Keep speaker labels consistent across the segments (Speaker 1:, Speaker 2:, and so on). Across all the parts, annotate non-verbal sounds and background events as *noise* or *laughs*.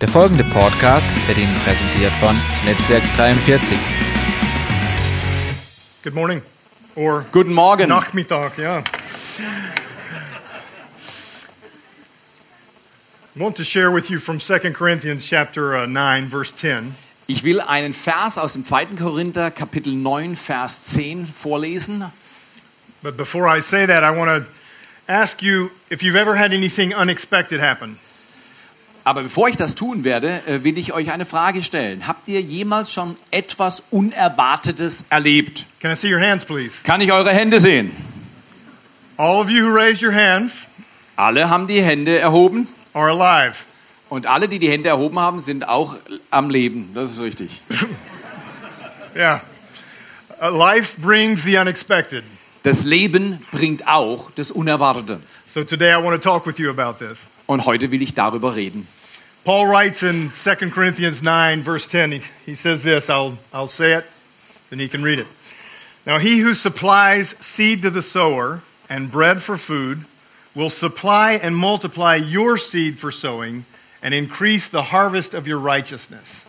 Speaker 1: Der folgende Podcast wird Ihnen präsentiert von Netzwerk 43.
Speaker 2: Good morning. Or
Speaker 3: Guten Morgen.
Speaker 2: Nachmittag, yeah. I want to share with you from 2 Corinthians chapter uh, 9 verse 10.
Speaker 3: Ich will einen Vers aus dem 2. Korinther, Kapitel 9, Vers 10 vorlesen.
Speaker 2: But before I say that, I want to ask you if you've ever had anything unexpected happen.
Speaker 3: Aber bevor ich das tun werde, äh, will ich euch eine Frage stellen. Habt ihr jemals schon etwas Unerwartetes erlebt?
Speaker 2: Can I see your hands please?
Speaker 3: Kann ich eure Hände sehen?
Speaker 2: All of you who raised your hands
Speaker 3: Alle haben die Hände erhoben
Speaker 2: are alive.
Speaker 3: und alle, die die Hände erhoben haben, sind auch am Leben. Das ist richtig.
Speaker 2: Yeah. Uh, life brings the unexpected.
Speaker 3: Das Leben bringt auch das Unerwartete.
Speaker 2: So today I want to talk with you about this.
Speaker 3: Und heute will ich darüber reden.
Speaker 2: Paul writes in 2 Corinthians 9, verse 10, he, he says this. I'll, I'll say it, then he can read it. Now, he who supplies seed to the sower and bread for food will supply and multiply your seed for sowing and increase the harvest of your righteousness.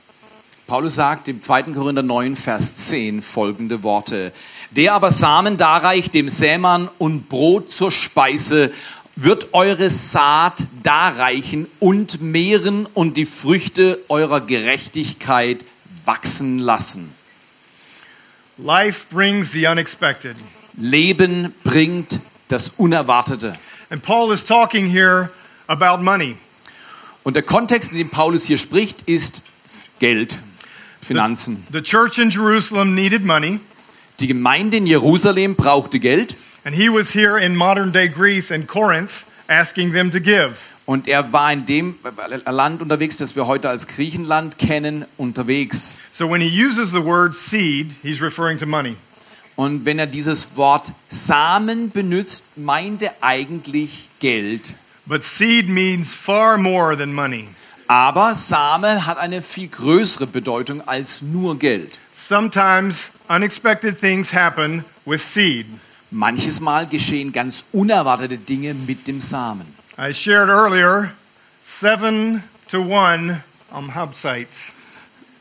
Speaker 3: Paulus sagt im 2. Korinther 9, Vers 10 folgende Worte. Der aber Samen darreicht dem Sämann und Brot zur Speise, wird eure Saat darreichen und mehren und die Früchte eurer Gerechtigkeit wachsen lassen.
Speaker 2: Life brings the unexpected.
Speaker 3: Leben bringt das Unerwartete.
Speaker 2: And Paul is talking here about money.
Speaker 3: Und der Kontext, in dem Paulus hier spricht, ist Geld, Finanzen.
Speaker 2: The church in Jerusalem needed money,
Speaker 3: Die Gemeinde in Jerusalem brauchte Geld.
Speaker 2: and he was here in modern day Greece and Corinth asking them to give.
Speaker 3: Und er war in dem Land unterwegs, das wir heute als Griechenland kennen, unterwegs.
Speaker 2: So when he uses the word seed, he's referring to money.
Speaker 3: Und wenn er dieses Wort Samen benutzt, meint er eigentlich Geld.
Speaker 2: But seed means far more than money.
Speaker 3: Aber Same hat eine viel größere Bedeutung als nur Geld.
Speaker 2: Sometimes unexpected things happen with seed.
Speaker 3: Manches Mal geschehen ganz unerwartete Dinge mit dem Samen.
Speaker 2: I shared earlier, seven to one on Halbzeit.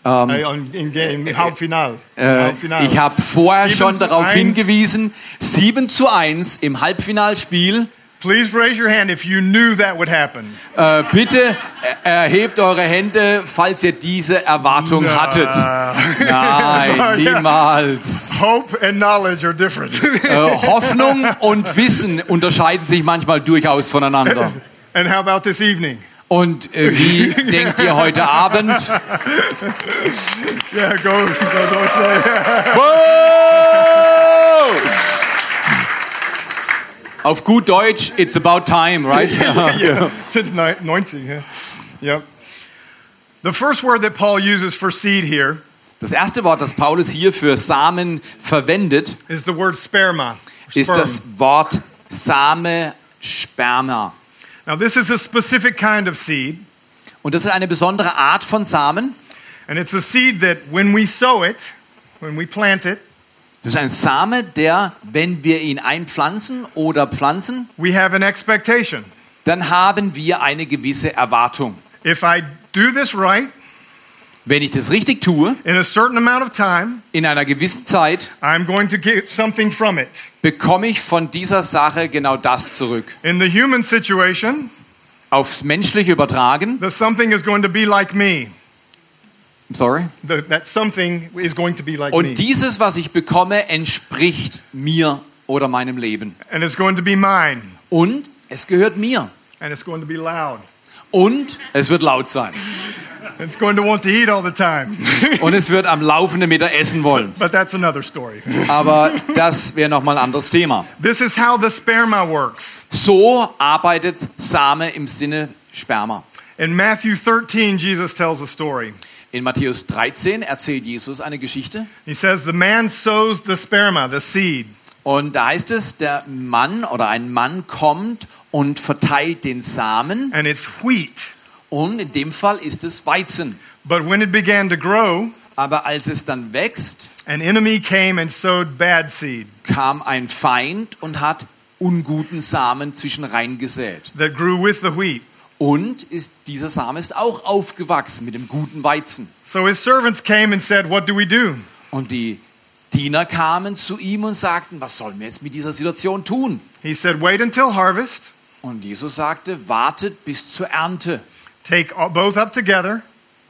Speaker 2: Um, on, in game, Halbfinal.
Speaker 3: Ähm, Äh,
Speaker 2: Halbfinal.
Speaker 3: ich habe vorher
Speaker 2: Sieben
Speaker 3: schon
Speaker 2: zu
Speaker 3: darauf
Speaker 2: eins.
Speaker 3: hingewiesen, 7 zu 1 im Halbfinalspiel.
Speaker 2: Please raise your hand if you knew that would happen.
Speaker 3: Äh, bitte äh, erhebt eure Hände, falls ihr diese Erwartung
Speaker 2: Na.
Speaker 3: hattet.
Speaker 2: *laughs*
Speaker 3: Nein, niemals.
Speaker 2: Uh, Hope and knowledge are different.
Speaker 3: Äh, Hoffnung und Wissen unterscheiden sich manchmal durchaus voneinander.
Speaker 2: and how about this evening?
Speaker 3: Und äh, wie denkt ihr heute Abend?
Speaker 2: Yeah, go. go Deutschland.
Speaker 3: Wow! Auf gut Deutsch, it's about time, right?
Speaker 2: *laughs* Since ni- 19, yeah. Yep. The first word that Paul uses for seed here
Speaker 3: Das erste Wort, das Paulus hier für Samen verwendet,
Speaker 2: is the word sperma. or
Speaker 3: ist
Speaker 2: sperm.
Speaker 3: das Wort Same Sperma.
Speaker 2: Now, this is a specific kind of seed,
Speaker 3: Und das ist eine besondere Art von Samen.
Speaker 2: and it's a seed that when we sow it, when we plant it,
Speaker 3: Das ist ein Same, der, wenn wir ihn einpflanzen oder pflanzen,
Speaker 2: we have an expectation.
Speaker 3: dann haben wir eine gewisse Erwartung.
Speaker 2: If I do this right
Speaker 3: Wenn ich das richtig tue,
Speaker 2: in a certain amount of time,
Speaker 3: in einer gewissen Zeit,
Speaker 2: I'm going to get something from it.
Speaker 3: bekomme ich von dieser Sache genau das zurück.
Speaker 2: In the human situation,
Speaker 3: Aufs Menschliche übertragen,
Speaker 2: the something is going to be like me.
Speaker 3: sorry.
Speaker 2: The, that something is going to be like me.
Speaker 3: Und dieses, was ich bekomme, entspricht mir oder meinem Leben.
Speaker 2: and it's going to be mine.
Speaker 3: Und es gehört mir.
Speaker 2: And it's going to be loud.
Speaker 3: Und es wird laut sein.
Speaker 2: It's going to want to eat all the time. *laughs*
Speaker 3: Und es wird am laufenden Meter essen wollen.
Speaker 2: but that's another story.
Speaker 3: Aber das wäre nochmal ein anderes Thema.
Speaker 2: This is how the sperma works.
Speaker 3: So arbeitet Same im Sinne Sperma.
Speaker 2: In Matthew 13, Jesus tells a story.
Speaker 3: In Matthäus 13 erzählt Jesus eine Geschichte
Speaker 2: He says, The man sows the sperma, the seed.
Speaker 3: und da heißt es, der Mann oder ein Mann kommt und verteilt den Samen
Speaker 2: And it's wheat.
Speaker 3: und in dem Fall ist es Weizen.
Speaker 2: But when it began to grow,
Speaker 3: Aber als es dann wächst,
Speaker 2: an enemy came and sowed bad seed
Speaker 3: kam ein Feind und hat unguten Samen zwischen reingesät
Speaker 2: that grew with the wheat.
Speaker 3: Und ist, dieser Same ist auch aufgewachsen mit dem guten Weizen.
Speaker 2: So his servants came and said, What do we do?
Speaker 3: Und die Diener kamen zu ihm und sagten, was sollen wir jetzt mit dieser Situation tun?
Speaker 2: He said, Wait until harvest,
Speaker 3: Und Jesus sagte, wartet bis zur Ernte.
Speaker 2: take all- both up together,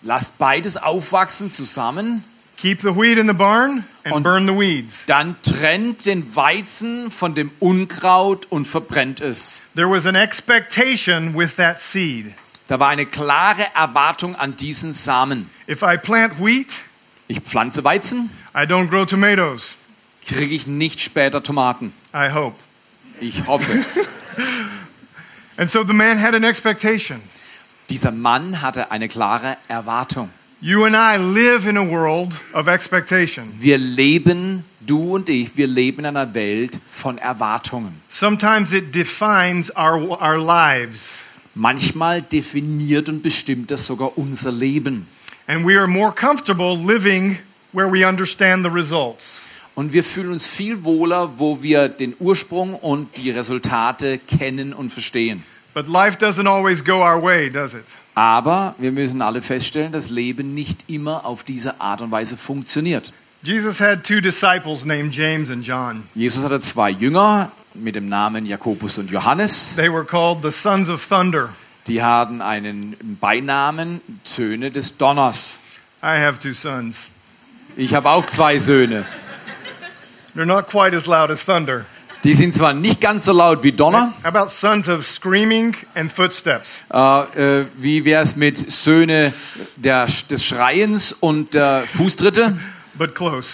Speaker 3: Lasst beides aufwachsen zusammen,
Speaker 2: keep the wheat in the barn, and
Speaker 3: On-
Speaker 2: burn the weeds.
Speaker 3: dann trennt den Weizen von dem Unkraut und verbrennt es.
Speaker 2: There was an expectation with that seed.
Speaker 3: Da war eine klare Erwartung an diesen Samen.
Speaker 2: If I plant wheat,
Speaker 3: Ich pflanze Weizen,
Speaker 2: I don't grow tomatoes,
Speaker 3: kriege ich nicht später Tomaten.
Speaker 2: I hope.
Speaker 3: Ich hoffe.
Speaker 2: And so the man had an expectation.
Speaker 3: Dieser Mann hatte eine klare Erwartung.
Speaker 2: You and I live in a world of expectation.
Speaker 3: Wir leben, du und ich, wir leben in einer Welt von Erwartungen.
Speaker 2: Sometimes it defines our, our lives,
Speaker 3: Manchmal definiert und bestimmt das sogar unser Leben.
Speaker 2: and we are more comfortable living where we understand the results.
Speaker 3: Und wir fühlen uns viel wohler, wo wir den Ursprung und die Resultate kennen und verstehen.
Speaker 2: But life doesn't always go our way, does it?
Speaker 3: Aber wir müssen alle feststellen, dass Leben nicht immer auf diese Art und Weise funktioniert.
Speaker 2: Jesus had two disciples named James and John.
Speaker 3: Jesus hatte zwei Jünger mit dem Namen Jakobus und Johannes.
Speaker 2: They were called the sons of thunder.
Speaker 3: Die hatten einen Beinamen Söhne des Donners.
Speaker 2: I have two sons.
Speaker 3: Ich habe auch zwei Söhne.
Speaker 2: They're not quite as loud as thunder.
Speaker 3: Die sind zwar nicht ganz so laut wie Donner.
Speaker 2: How about sons of screaming and footsteps?
Speaker 3: Äh, äh, wie wäre es mit Söhne der, des Schreiens und der Fußtritte?
Speaker 2: But close.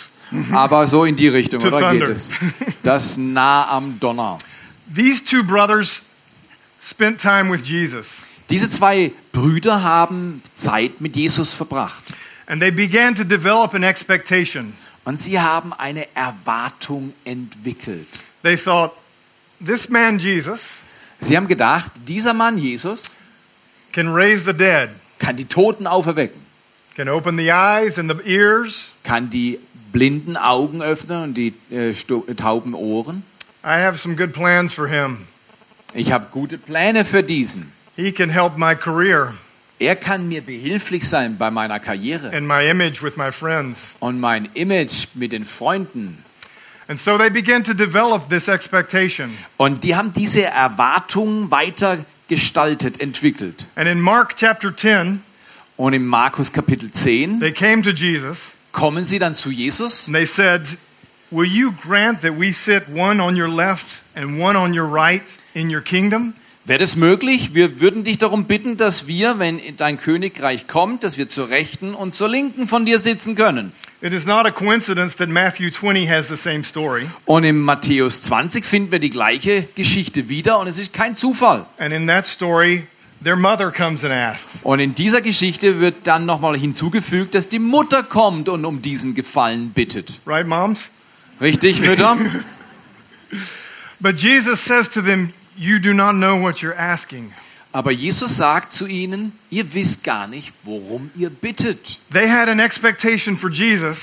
Speaker 3: Aber so in die Richtung,
Speaker 2: To
Speaker 3: oder geht
Speaker 2: thunder.
Speaker 3: es? Das nah am Donner.
Speaker 2: These two brothers spent time with Jesus,
Speaker 3: Diese zwei Brüder haben Zeit mit Jesus verbracht.
Speaker 2: and they began to develop an expectation.
Speaker 3: Und sie haben eine Erwartung entwickelt.
Speaker 2: They thought, this man Jesus
Speaker 3: Sie haben gedacht, dieser Mann Jesus
Speaker 2: can raise the dead,
Speaker 3: kann die Toten auferwecken,
Speaker 2: can open the eyes and the ears.
Speaker 3: kann die blinden Augen öffnen und die äh, stu- tauben Ohren.
Speaker 2: I have some good plans for him.
Speaker 3: Ich habe gute Pläne für diesen.
Speaker 2: He can help my career
Speaker 3: Er kann mir behilflich sein bei meiner Karriere
Speaker 2: and my image with my friends.
Speaker 3: und mein Image mit den Freunden.
Speaker 2: And so they began to develop this expectation.
Speaker 3: Und die haben diese Erwartung weiter gestaltet, entwickelt.
Speaker 2: And in Mark chapter 10,
Speaker 3: Und im Markus Kapitel 10
Speaker 2: they came to Jesus
Speaker 3: kommen sie dann zu Jesus
Speaker 2: And they said, Will you grant that we sit one on your left and one on your right in your kingdom?
Speaker 3: Wäre es möglich? Wir würden dich darum bitten, dass wir, wenn dein Königreich kommt, dass wir zur Rechten und zur Linken von dir sitzen können.
Speaker 2: It is not a coincidence that Matthew 20 has the same story.
Speaker 3: Und im Matthäus 20 finden wir die gleiche Geschichte wieder und es ist kein Zufall.
Speaker 2: And in that story, their mother comes and asks.
Speaker 3: Und in dieser Geschichte wird dann nochmal hinzugefügt, dass die Mutter kommt und um diesen Gefallen bittet.
Speaker 2: Right, moms?
Speaker 3: Richtig, Mütter?
Speaker 2: But Jesus says to them, You do not know what you're asking.
Speaker 3: Aber Jesus sagt zu ihnen, ihr wisst gar nicht, worum ihr bittet.
Speaker 2: They had an expectation for Jesus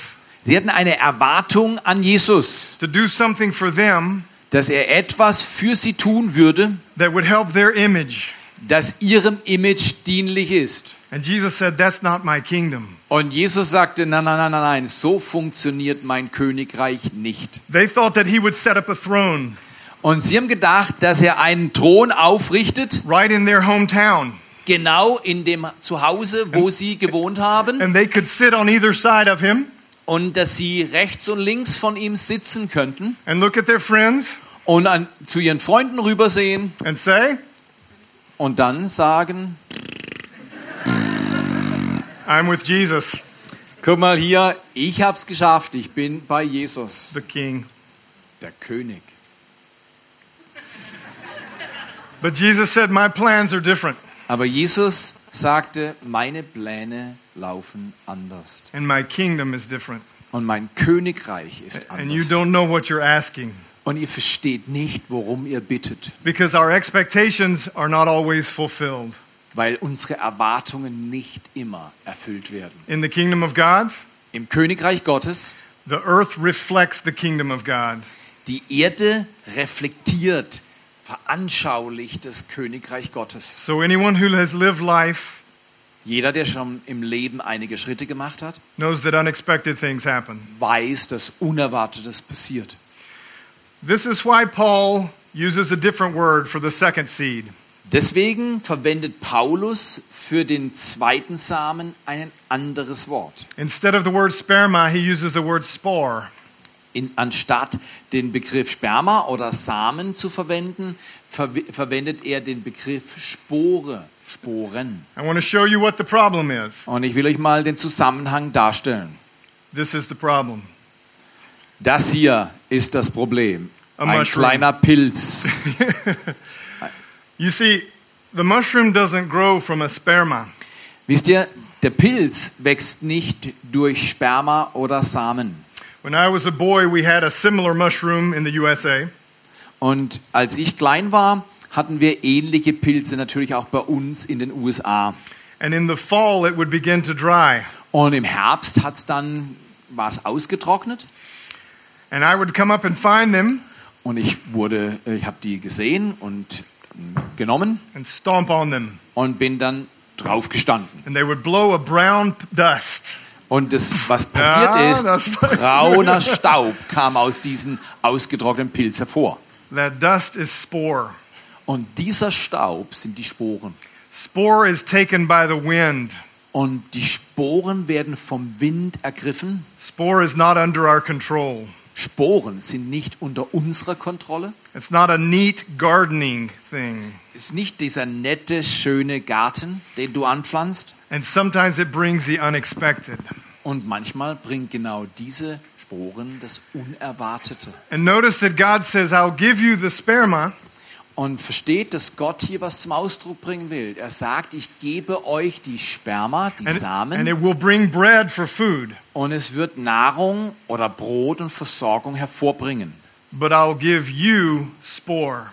Speaker 3: Sie hatten eine Erwartung an Jesus,
Speaker 2: to do something for them
Speaker 3: dass er etwas für sie tun würde,
Speaker 2: that would help their image.
Speaker 3: das ihrem Image dienlich ist.
Speaker 2: And Jesus said, That's not my kingdom.
Speaker 3: Und Jesus sagte, nein, nein, nein, nein, nein, so funktioniert mein Königreich nicht.
Speaker 2: They thought that he would set up a throne
Speaker 3: Und sie haben gedacht, dass er einen Thron aufrichtet,
Speaker 2: right in their hometown.
Speaker 3: genau in dem Zuhause, wo sie gewohnt haben,
Speaker 2: and they could sit on either side of him
Speaker 3: und dass sie rechts und links von ihm sitzen könnten
Speaker 2: and look at their friends
Speaker 3: und an, zu ihren Freunden rübersehen
Speaker 2: and say,
Speaker 3: und dann sagen,
Speaker 2: I'm with Jesus,
Speaker 3: guck mal hier, ich hab's geschafft, ich bin bei Jesus,
Speaker 2: the King.
Speaker 3: der König.
Speaker 2: But Jesus said, My plans are different
Speaker 3: Aber Jesus sagte, meine Pläne laufen anders.
Speaker 2: and my kingdom is different.
Speaker 3: Und mein Königreich ist
Speaker 2: And you
Speaker 3: anders.
Speaker 2: don't know what you're asking
Speaker 3: Und ihr versteht nicht, worum ihr bittet,
Speaker 2: because our expectations are not always fulfilled.
Speaker 3: weil unsere Erwartungen nicht immer erfüllt werden.
Speaker 2: In the kingdom of God,
Speaker 3: Im Königreich Gottes,
Speaker 2: the earth reflects the kingdom of God.
Speaker 3: die Erde reflektiert veranschaulicht das Königreich Gottes.
Speaker 2: So, anyone who has lived life
Speaker 3: Jeder, der schon im Leben einige Schritte gemacht hat,
Speaker 2: knows that unexpected things happen.
Speaker 3: weiß, dass Unerwartetes passiert.
Speaker 2: This is why Paul uses a different word for the second seed.
Speaker 3: Deswegen verwendet Paulus für den zweiten Samen ein anderes Wort.
Speaker 2: Instead of the word sperma, he uses the word spore.
Speaker 3: In, anstatt den Begriff Sperma oder Samen zu verwenden, verw- verwendet er den Begriff Spore, Sporen.
Speaker 2: I want to show you what the problem is.
Speaker 3: Und ich will euch mal den Zusammenhang darstellen.
Speaker 2: This is the problem.
Speaker 3: Das hier ist das Problem.
Speaker 2: A
Speaker 3: Ein
Speaker 2: mushroom.
Speaker 3: kleiner Pilz.
Speaker 2: You see, the mushroom doesn't grow from a sperma.
Speaker 3: Wisst ihr, der Pilz wächst nicht durch Sperma oder Samen.
Speaker 2: When I was a boy, we had a similar mushroom in the USA.
Speaker 3: Und als ich klein war, hatten wir ähnliche Pilze natürlich auch bei uns in den USA.
Speaker 2: And in the fall, it would begin to dry.
Speaker 3: Und im Herbst hat's dann war es ausgetrocknet
Speaker 2: And I would come up and find them
Speaker 3: und ich wurde, äh, ich habe die gesehen und genommen
Speaker 2: and stomp on them.
Speaker 3: und bin dann drauf gestanden.
Speaker 2: And they would blow a brown p- dust.
Speaker 3: Und das, was passiert
Speaker 2: Ja,
Speaker 3: ist,
Speaker 2: das-
Speaker 3: brauner Staub kam aus diesem ausgetrockneten Pilz hervor.
Speaker 2: That dust is spore.
Speaker 3: Und dieser Staub sind die Sporen.
Speaker 2: Spore is taken by the wind.
Speaker 3: Und die Sporen werden vom Wind ergriffen.
Speaker 2: Spore is not under our control.
Speaker 3: Sporen sind nicht unter unserer Kontrolle.
Speaker 2: It's not a neat gardening thing.
Speaker 3: Ist nicht dieser nette, schöne Garten, den du anpflanzt.
Speaker 2: And sometimes it brings the unexpected.
Speaker 3: Und manchmal bringt genau diese Sporen das Unerwartete.
Speaker 2: And notice that God says, I'll give you the sperma,
Speaker 3: Und versteht, dass Gott hier was zum Ausdruck bringen will. Er sagt, ich gebe euch die Sperma, die
Speaker 2: and, and
Speaker 3: Samen,
Speaker 2: it will bring bread for food,
Speaker 3: und es wird Nahrung oder Brot und Versorgung hervorbringen.
Speaker 2: but I'll give you spore.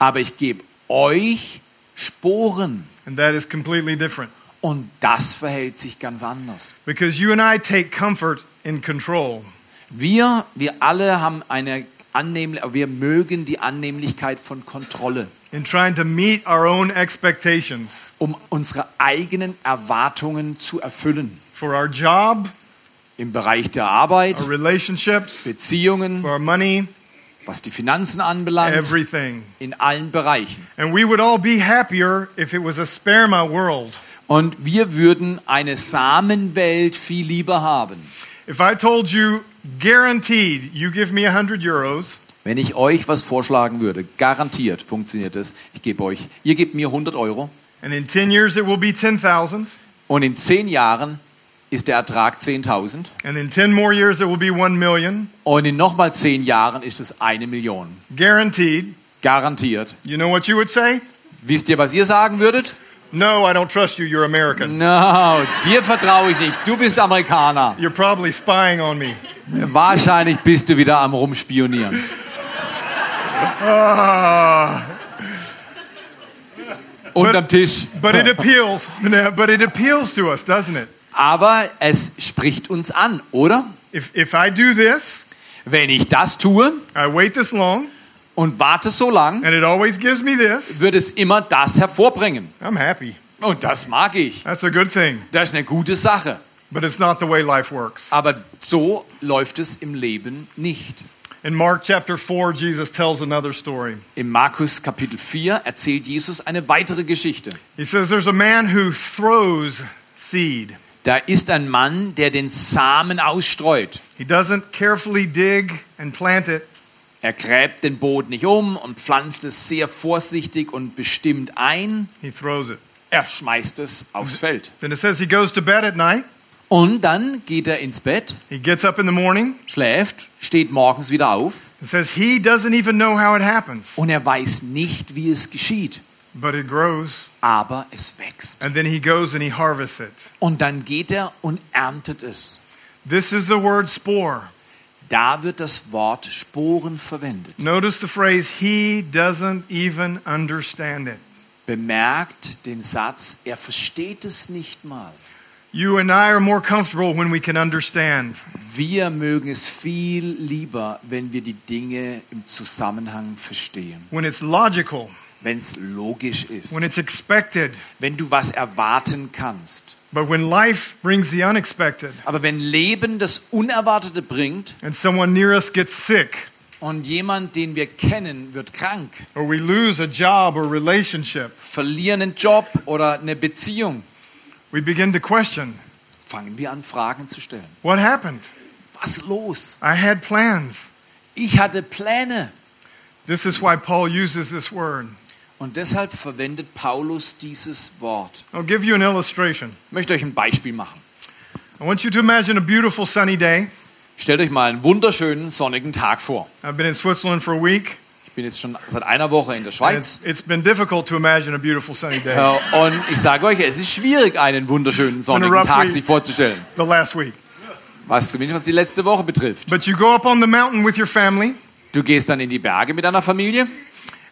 Speaker 3: Aber ich gebe euch Sporen.
Speaker 2: And that is completely different
Speaker 3: Und das verhält sich ganz anders.
Speaker 2: because you and I take comfort in control.
Speaker 3: Wir, wir alle haben eine Annehm wir mögen die Annehmlichkeit von Kontrolle,
Speaker 2: in trying to meet our own expectations
Speaker 3: um unsere eigenen Erwartungen zu erfüllen.
Speaker 2: for our job,
Speaker 3: Im Bereich der Arbeit,
Speaker 2: our relationships,
Speaker 3: Beziehungen,
Speaker 2: for our money,
Speaker 3: was die Finanzen anbelangt,
Speaker 2: everything.
Speaker 3: in allen Bereichen.
Speaker 2: And we would all be happier if it was a sperma world.
Speaker 3: Und wir würden eine Samenwelt viel lieber haben.
Speaker 2: If I told you, guaranteed, you give me 100 euros,
Speaker 3: Wenn ich euch was vorschlagen würde, garantiert funktioniert es. Ich gebe euch, ihr gebt mir 100 Euro
Speaker 2: and in 10 years it will be 10,000,
Speaker 3: und in 10 Jahren ist der Ertrag 10.000.
Speaker 2: and in 10 more years it will be 1 million,
Speaker 3: Und in nochmal zehn Jahren ist es eine Million.
Speaker 2: guaranteed,
Speaker 3: Garantiert.
Speaker 2: you know what you would say?
Speaker 3: Wisst ihr, was ihr sagen würdet?
Speaker 2: No, I don't trust you, you're American.
Speaker 3: No, dir vertraue ich nicht. Du bist Amerikaner.
Speaker 2: You're probably spying on me.
Speaker 3: Wahrscheinlich bist du wieder am Rumspionieren.
Speaker 2: Ah,
Speaker 3: Unterm Tisch.
Speaker 2: but it appeals, *laughs* but it appeals to us, doesn't it?
Speaker 3: Aber es spricht uns an, oder?
Speaker 2: If, if I do this,
Speaker 3: Wenn ich das tue
Speaker 2: I wait this long,
Speaker 3: und warte so lang,
Speaker 2: and it always gives me this,
Speaker 3: wird es immer das hervorbringen.
Speaker 2: I'm happy.
Speaker 3: Und das mag ich.
Speaker 2: That's a good thing.
Speaker 3: Das ist eine gute Sache.
Speaker 2: But it's not the way life works.
Speaker 3: Aber so läuft es im Leben nicht.
Speaker 2: In Mark chapter 4, Jesus tells another story.
Speaker 3: Im Markus Kapitel 4 erzählt Jesus eine weitere Geschichte.
Speaker 2: He says there's a man who throws seed.
Speaker 3: Da ist ein Mann, der den Samen ausstreut.
Speaker 2: He doesn't carefully dig and plant it.
Speaker 3: Er gräbt den Boden nicht um und pflanzt es sehr vorsichtig und bestimmt ein.
Speaker 2: He throws it.
Speaker 3: Er schmeißt es aufs Feld.
Speaker 2: Then it says he goes to bed at night.
Speaker 3: Und dann geht er ins Bett,
Speaker 2: He gets up in the morning.
Speaker 3: schläft, steht morgens wieder auf
Speaker 2: It says he doesn't even know how it happens,
Speaker 3: und er weiß nicht, wie es geschieht.
Speaker 2: but it grows.
Speaker 3: Aber es wächst.
Speaker 2: And then he goes and he harvests it.
Speaker 3: Und dann geht er und erntet es.
Speaker 2: This is the word spore.
Speaker 3: Da wird das Wort Sporen verwendet.
Speaker 2: Notice the phrase, he doesn't even understand it.
Speaker 3: Bemerkt den Satz, er versteht es nicht mal.
Speaker 2: You and I are more comfortable when we can understand.
Speaker 3: Wir mögen es viel lieber, wenn wir die Dinge im Zusammenhang verstehen.
Speaker 2: When it's logical,
Speaker 3: Wenn es logisch ist.
Speaker 2: when it's expected.
Speaker 3: Wenn du was erwarten kannst.
Speaker 2: But when life brings the unexpected
Speaker 3: Aber wenn Leben das Unerwartete bringt
Speaker 2: and someone near us gets sick,
Speaker 3: und jemand, den wir kennen, wird krank,
Speaker 2: or we lose a job or relationship,
Speaker 3: verlieren einen Job oder eine Beziehung,
Speaker 2: we begin to question
Speaker 3: fangen wir an, Fragen zu stellen.
Speaker 2: what happened?
Speaker 3: Was los?
Speaker 2: I had plans.
Speaker 3: Ich hatte Pläne.
Speaker 2: This is why Paul uses this word.
Speaker 3: Und deshalb verwendet Paulus dieses Wort.
Speaker 2: I'll give you an illustration.
Speaker 3: Ich möchte euch ein Beispiel machen.
Speaker 2: I want you to imagine a beautiful sunny day.
Speaker 3: Stellt euch mal einen wunderschönen sonnigen Tag vor.
Speaker 2: I've been in Switzerland for a week.
Speaker 3: Ich bin jetzt schon seit einer Woche in der
Speaker 2: and
Speaker 3: Schweiz.
Speaker 2: It's, it's been difficult to imagine a beautiful sunny day
Speaker 3: Äh, Und ich sage euch, es ist schwierig, einen wunderschönen sonnigen Tag sich vorzustellen.
Speaker 2: the last week.
Speaker 3: Was zumindest was die letzte Woche betrifft.
Speaker 2: But you go up on the mountain with your family
Speaker 3: Du gehst dann in die Berge mit deiner Familie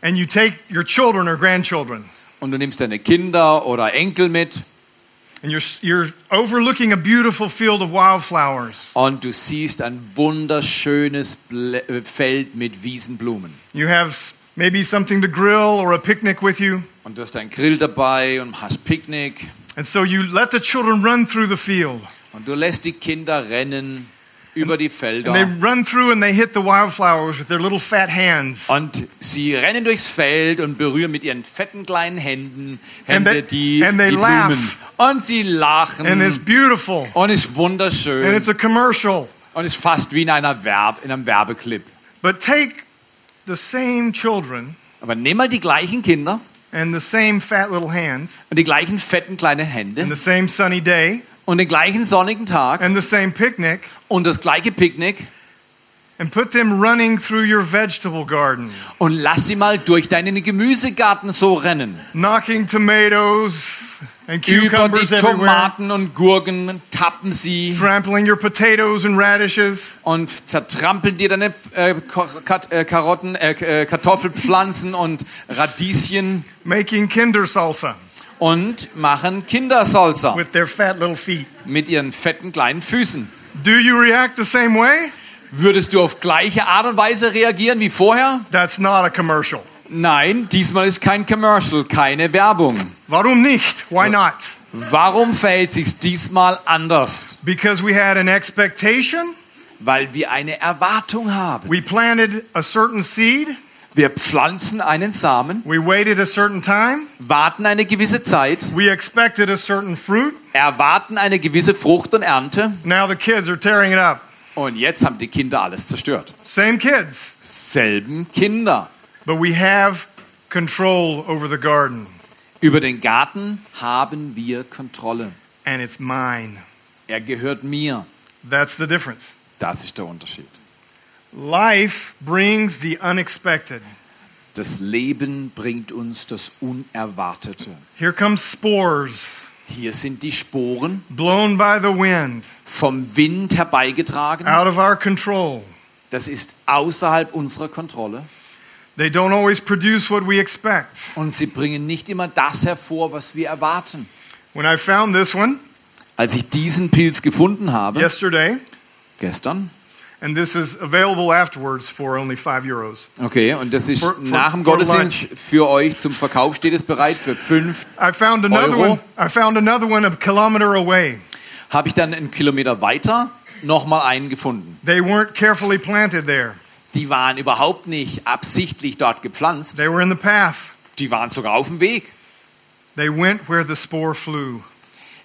Speaker 2: and you take your children or grandchildren
Speaker 3: und du nimmst deine Kinder oder Enkel mit
Speaker 2: and you're, you're overlooking a beautiful field of wildflowers.
Speaker 3: und du siehst ein wunderschönes Ble- äh, Feld mit Wiesenblumen.
Speaker 2: You have maybe something to grill or a picnic with you.
Speaker 3: Und du hast deinen Grill dabei und hast Picknick
Speaker 2: And so you let the children run through the field.
Speaker 3: und du lässt die Kinder rennen über die
Speaker 2: And they
Speaker 3: Felder.
Speaker 2: run through and they hit the wildflowers with their little fat hands.
Speaker 3: Und sie rennen durchs Feld und berühren mit ihren fetten kleinen Händen
Speaker 2: And
Speaker 3: Hände
Speaker 2: they-
Speaker 3: die,
Speaker 2: and they
Speaker 3: die
Speaker 2: laugh.
Speaker 3: Blumen. Und sie lachen.
Speaker 2: And it's beautiful.
Speaker 3: und ist
Speaker 2: And
Speaker 3: wunderschön.
Speaker 2: it's a commercial.
Speaker 3: Und ist fast wie in, einer Werb, in einem Werbeclip.
Speaker 2: But take the same children
Speaker 3: Aber nimm mal die gleichen Kinder
Speaker 2: and the same fat little hands
Speaker 3: und die gleichen fetten kleinen
Speaker 2: and
Speaker 3: Hände
Speaker 2: the same sunny day
Speaker 3: und den gleichen sonnigen Tag
Speaker 2: and the same picnic
Speaker 3: und das gleiche Picknick
Speaker 2: and put them running through your vegetable garden,
Speaker 3: und lass sie mal durch deinen Gemüsegarten so rennen.
Speaker 2: knocking tomatoes and
Speaker 3: Über die
Speaker 2: cucumbers everywhere,
Speaker 3: Tomaten und Gurken tappen sie
Speaker 2: trampling your potatoes and radishes,
Speaker 3: und zertrampeln dir deine äh, Ko- Kat äh, Karotten, äh, äh, Kartoffelpflanzen und Radieschen
Speaker 2: making Kinder salsa
Speaker 3: und machen Kindersalsa
Speaker 2: with their fat little feet.
Speaker 3: mit ihren fetten kleinen Füßen.
Speaker 2: Do you react the same way?
Speaker 3: Würdest du auf gleiche Art und Weise reagieren wie vorher?
Speaker 2: That's not a commercial.
Speaker 3: Nein, diesmal ist kein Commercial, keine Werbung.
Speaker 2: Warum nicht? Why not?
Speaker 3: Warum verhält sich's diesmal anders?
Speaker 2: Because we had an expectation,
Speaker 3: Weil wir eine Erwartung haben.
Speaker 2: we planted a certain seed,
Speaker 3: Wir pflanzen einen Samen,
Speaker 2: we waited a certain time,
Speaker 3: warten eine gewisse Zeit,
Speaker 2: we expected a certain fruit.
Speaker 3: erwarten eine gewisse Frucht und Ernte
Speaker 2: Now the kids are tearing it up.
Speaker 3: und jetzt haben die Kinder alles zerstört.
Speaker 2: Same kids,
Speaker 3: Selben Kinder.
Speaker 2: but we have control over the garden,
Speaker 3: Über den Garten haben wir Kontrolle.
Speaker 2: and it's mine.
Speaker 3: Er gehört mir.
Speaker 2: That's the difference.
Speaker 3: Das ist der Unterschied.
Speaker 2: Life brings the unexpected.
Speaker 3: Das Leben bringt uns das Unerwartete.
Speaker 2: Here come spores
Speaker 3: Hier sind die Sporen
Speaker 2: blown by the wind
Speaker 3: vom Wind herbeigetragen.
Speaker 2: out of our control.
Speaker 3: Das ist außerhalb unserer Kontrolle.
Speaker 2: They don't always produce what we expect.
Speaker 3: Und sie bringen nicht immer das hervor, was wir erwarten.
Speaker 2: When I found this one
Speaker 3: Als ich diesen Pilz gefunden habe,
Speaker 2: yesterday,
Speaker 3: gestern,
Speaker 2: and this is available afterwards for only five euros.
Speaker 3: okay, und das ist
Speaker 2: For- for-
Speaker 3: nach dem
Speaker 2: for
Speaker 3: Gottesdienst für euch zum Verkauf steht es bereit für fünf.
Speaker 2: I found another
Speaker 3: Euro?
Speaker 2: one. I found another one a kilometer away.
Speaker 3: Habe ich dann einen Kilometer weiter nochmal einen gefunden.
Speaker 2: They weren't carefully planted there.
Speaker 3: Die waren überhaupt nicht absichtlich dort gepflanzt.
Speaker 2: They were in the path.
Speaker 3: Die waren sogar auf dem Weg.
Speaker 2: They went where the spore flew.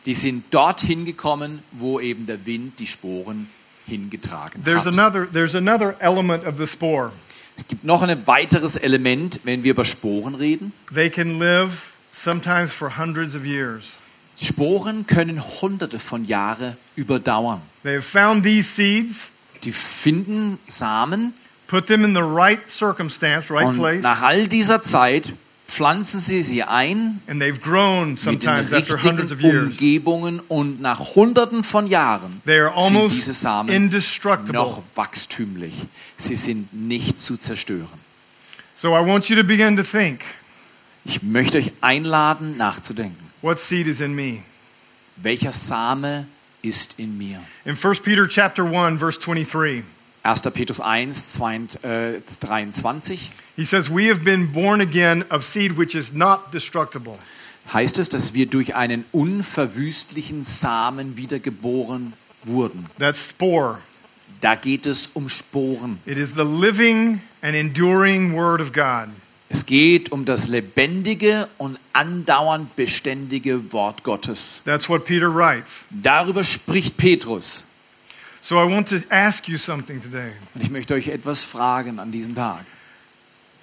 Speaker 3: Die sind dorthin gekommen, wo eben der Wind die Sporen hingetragen
Speaker 2: There's
Speaker 3: hat.
Speaker 2: another there's another element of the spore.
Speaker 3: Es gibt noch ein weiteres Element, wenn wir über Sporen reden.
Speaker 2: They can live sometimes for hundreds of years.
Speaker 3: Sporen können hunderte von Jahren überdauern.
Speaker 2: They have found these seeds,
Speaker 3: Die finden Samen
Speaker 2: put them in the right circumstance, right
Speaker 3: und
Speaker 2: place,
Speaker 3: nach all dieser Zeit pflanzen sie sie ein
Speaker 2: and they've grown
Speaker 3: mit den
Speaker 2: sometimes after hundreds of
Speaker 3: richtigen
Speaker 2: years.
Speaker 3: Umgebungen und nach hunderten von Jahren
Speaker 2: They are
Speaker 3: sind diese
Speaker 2: almost
Speaker 3: Samen noch
Speaker 2: indestructible.
Speaker 3: wachstümlich. Sie sind nicht zu zerstören.
Speaker 2: So I want you to begin to think,
Speaker 3: Ich möchte euch einladen, nachzudenken.
Speaker 2: what seed is in me?
Speaker 3: Welcher Same ist in mir?
Speaker 2: In 1 Peter chapter 1 verse 23,
Speaker 3: 1. Petrus 1, 22, äh, 23
Speaker 2: he says, "We have been born again of seed which is not destructible."
Speaker 3: heißt es, dass wir durch einen unverwüstlichen Samen wiedergeboren wurden.
Speaker 2: That's spore.
Speaker 3: Da geht es um Sporen.
Speaker 2: It is the living and enduring word of God.
Speaker 3: Es geht um das lebendige und andauernd beständige Wort Gottes.
Speaker 2: That's what Peter writes.
Speaker 3: Darüber spricht Petrus.
Speaker 2: So I want to ask you something today.
Speaker 3: Und ich möchte euch etwas fragen an diesem Tag.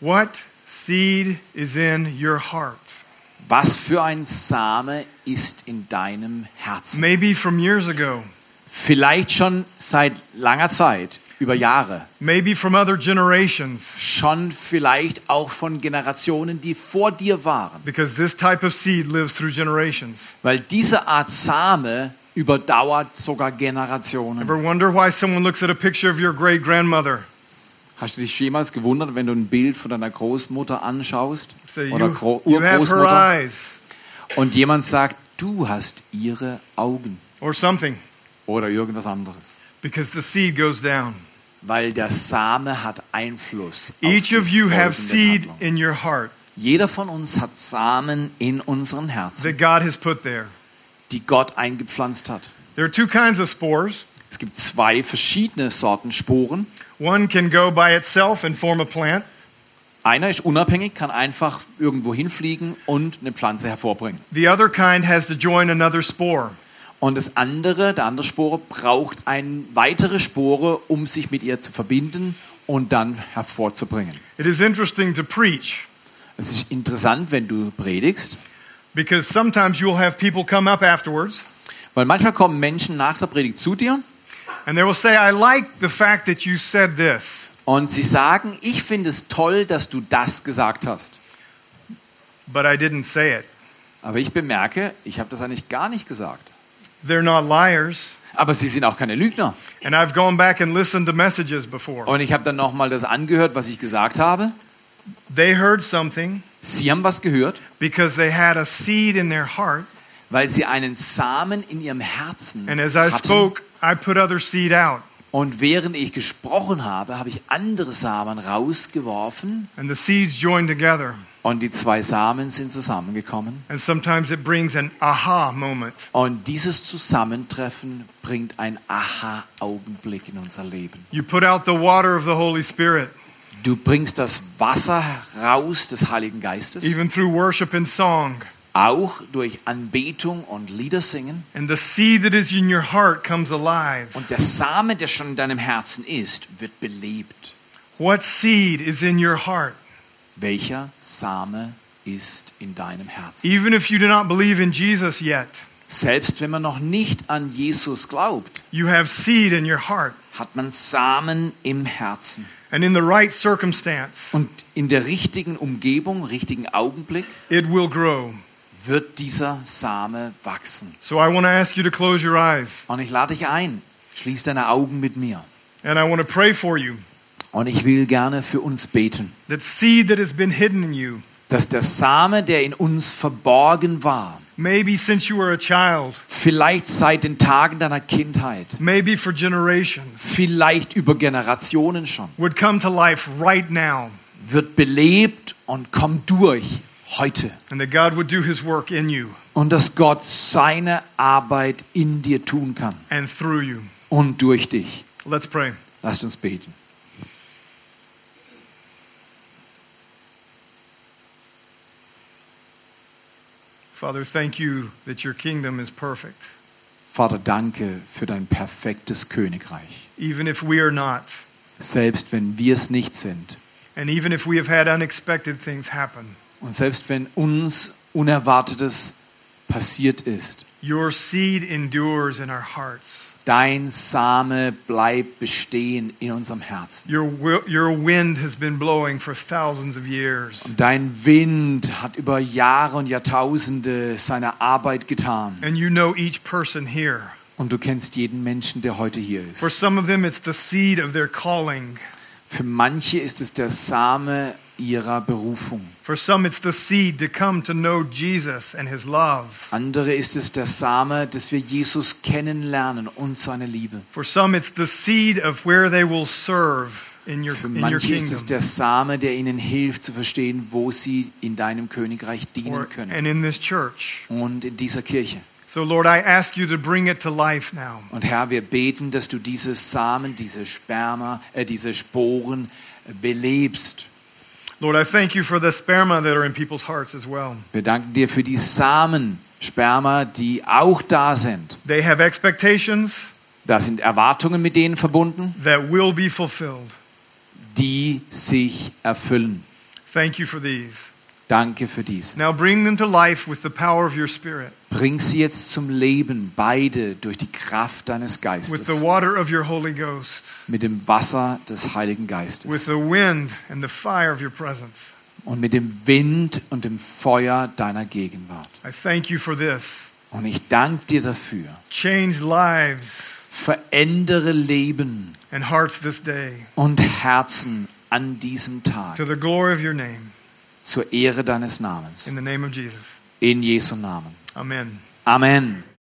Speaker 2: What seed is in your heart?
Speaker 3: Was für ein Same ist in deinem Herzen?
Speaker 2: Maybe from years ago,
Speaker 3: Vielleicht schon seit langer Zeit, über Jahre,
Speaker 2: maybe from other generations,
Speaker 3: schon vielleicht auch von Generationen, die vor dir waren,
Speaker 2: because this type of seed lives through generations.
Speaker 3: weil diese Art Same überdauert sogar Generationen.
Speaker 2: Ever wonder why someone looks at a picture of your great grandmother?
Speaker 3: Hast du dich jemals gewundert, wenn du ein Bild von deiner Großmutter anschaust
Speaker 2: Say,
Speaker 3: oder
Speaker 2: you,
Speaker 3: Gro
Speaker 2: you have her
Speaker 3: Urgroßmutter
Speaker 2: eyes,
Speaker 3: und jemand sagt, du hast ihre Augen
Speaker 2: or something,
Speaker 3: oder irgendwas anderes?
Speaker 2: because the seed goes down.
Speaker 3: Weil der Same hat Einfluss. Auf
Speaker 2: Each
Speaker 3: die
Speaker 2: of you have
Speaker 3: folgenden
Speaker 2: seed
Speaker 3: Handlungen.
Speaker 2: in your heart
Speaker 3: Jeder von uns hat Samen in unseren Herzen,
Speaker 2: that God has put there.
Speaker 3: die Gott eingepflanzt hat.
Speaker 2: There are two kinds of spores.
Speaker 3: Es gibt zwei verschiedene Sorten Sporen.
Speaker 2: One can go by itself and form a plant.
Speaker 3: Einer ist unabhängig, kann einfach irgendwo hinfliegen und eine Pflanze hervorbringen.
Speaker 2: The other kind has to join another spore.
Speaker 3: Und das andere, der andere Spore, braucht eine weitere Spore, um sich mit ihr zu verbinden und dann hervorzubringen.
Speaker 2: It is interesting to preach
Speaker 3: Es ist interessant, wenn du predigst,
Speaker 2: because sometimes you'll have people come up afterwards
Speaker 3: weil manchmal kommen Menschen nach der Predigt zu dir
Speaker 2: and they will say, I like the fact that you said this,
Speaker 3: und sie sagen, ich finde es toll, dass du das gesagt hast.
Speaker 2: but I didn't say it.
Speaker 3: Aber ich bemerke, ich habe das eigentlich gar nicht gesagt.
Speaker 2: They're not liars.
Speaker 3: Aber sie sind auch keine Lügner.
Speaker 2: And I've gone back and listened to messages before.
Speaker 3: Und ich habe dann nochmal das angehört, was ich gesagt habe.
Speaker 2: They heard something
Speaker 3: Sie haben was gehört,
Speaker 2: because they had a seed in their heart.
Speaker 3: weil sie einen Samen in ihrem Herzen
Speaker 2: And as I
Speaker 3: hatten.
Speaker 2: spoke, I put other seed out.
Speaker 3: Und während ich gesprochen habe, habe ich andere Samen rausgeworfen
Speaker 2: And the seeds joined together.
Speaker 3: und die zwei Samen sind zusammengekommen.
Speaker 2: And sometimes it brings an aha moment.
Speaker 3: Und dieses Zusammentreffen bringt einen Aha-Augenblick in unser Leben.
Speaker 2: You put out the water of the Holy Spirit,
Speaker 3: Du bringst das Wasser raus des Heiligen Geistes,
Speaker 2: even through worship and song.
Speaker 3: auch durch Anbetung und Liedersingen.
Speaker 2: And the seed that is in your heart comes alive.
Speaker 3: Und der Same, der schon in deinem Herzen ist, wird belebt.
Speaker 2: What seed is in your heart?
Speaker 3: Welcher Same ist in deinem Herzen?
Speaker 2: Even if you do not believe in Jesus yet,
Speaker 3: Selbst wenn man noch nicht an Jesus glaubt,
Speaker 2: you have seed in your heart.
Speaker 3: hat man Samen im Herzen.
Speaker 2: And in the right circumstance,
Speaker 3: Und in der richtigen Umgebung, richtigen Augenblick
Speaker 2: it will grow.
Speaker 3: wird dieser Same wachsen.
Speaker 2: So I want to ask you to close your eyes.
Speaker 3: Und ich lade dich ein, schließ deine Augen mit mir.
Speaker 2: And I want to pray for you
Speaker 3: Und ich will gerne für uns beten,
Speaker 2: that seed that has been hidden in you,
Speaker 3: dass der Same, der in uns verborgen war,
Speaker 2: maybe since you were a child,
Speaker 3: vielleicht seit den Tagen deiner Kindheit,
Speaker 2: maybe for generations,
Speaker 3: vielleicht über Generationen schon,
Speaker 2: would come to life right now.
Speaker 3: wird belebt und kommt durch heute.
Speaker 2: And that God would do his work in you
Speaker 3: Und dass Gott seine Arbeit in dir tun kann
Speaker 2: and through you.
Speaker 3: und durch dich.
Speaker 2: Let's pray.
Speaker 3: Lasst uns beten.
Speaker 2: Father, thank you that your kingdom is perfect,
Speaker 3: Vater, danke für dein perfektes Königreich.
Speaker 2: even if we are not,
Speaker 3: Selbst wenn wir es nicht sind
Speaker 2: and even if we have had unexpected things happen.
Speaker 3: und selbst wenn uns Unerwartetes passiert ist,
Speaker 2: Your seed endures in our hearts.
Speaker 3: dein Same bleibt bestehen in unserem Herzen.
Speaker 2: Your, wi- your wind has been blowing for thousands of years,
Speaker 3: Und dein Wind hat über Jahre und Jahrtausende seine Arbeit getan.
Speaker 2: and you know each person here.
Speaker 3: Und du kennst jeden Menschen, der heute hier
Speaker 2: For
Speaker 3: ist.
Speaker 2: some of them, it's the seed of their calling.
Speaker 3: Für manche ist es der Same ihrer Berufung.
Speaker 2: For some, it's the seed to come to know Jesus and his love.
Speaker 3: Andere ist es der Same, dass wir Jesus kennenlernen und seine Liebe.
Speaker 2: For some, it's the seed of where they will serve in your,
Speaker 3: Für
Speaker 2: in your
Speaker 3: manche ist es
Speaker 2: kingdom
Speaker 3: der Same, der ihnen hilft zu verstehen, wo sie in deinem Königreich
Speaker 2: or,
Speaker 3: dienen können
Speaker 2: and in this church.
Speaker 3: und in dieser Kirche.
Speaker 2: So, Lord, I ask you to bring it to life now.
Speaker 3: Und Herr, wir beten, dass du diese Samen, diese Sperma, äh, diese Sporen äh, belebst.
Speaker 2: Lord, I thank you for the sperma that are in people's hearts as well.
Speaker 3: Wir danken dir für die Samen, Sperma, die auch da sind.
Speaker 2: They have expectations
Speaker 3: Da sind Erwartungen mit denen verbunden,
Speaker 2: that will be fulfilled.
Speaker 3: die sich erfüllen.
Speaker 2: Thank you for these.
Speaker 3: Danke für diese.
Speaker 2: Now bring them to life with the power of your Spirit,
Speaker 3: Bring sie jetzt zum Leben, beide durch die Kraft deines
Speaker 2: with the
Speaker 3: Geistes,
Speaker 2: water of your Holy Ghost,
Speaker 3: mit dem Wasser des Heiligen
Speaker 2: with
Speaker 3: Geistes
Speaker 2: the wind and the fire of your presence.
Speaker 3: und mit dem Wind und dem Feuer deiner Gegenwart.
Speaker 2: I thank you for this.
Speaker 3: Und ich danke dir dafür.
Speaker 2: Change lives
Speaker 3: Verändere Leben
Speaker 2: and hearts this day
Speaker 3: und Herzen an diesem Tag
Speaker 2: to the glory of your name.
Speaker 3: zur Ehre deines Namens.
Speaker 2: In the name of Jesus.
Speaker 3: In Jesu Namen.
Speaker 2: Amen.
Speaker 3: Amen.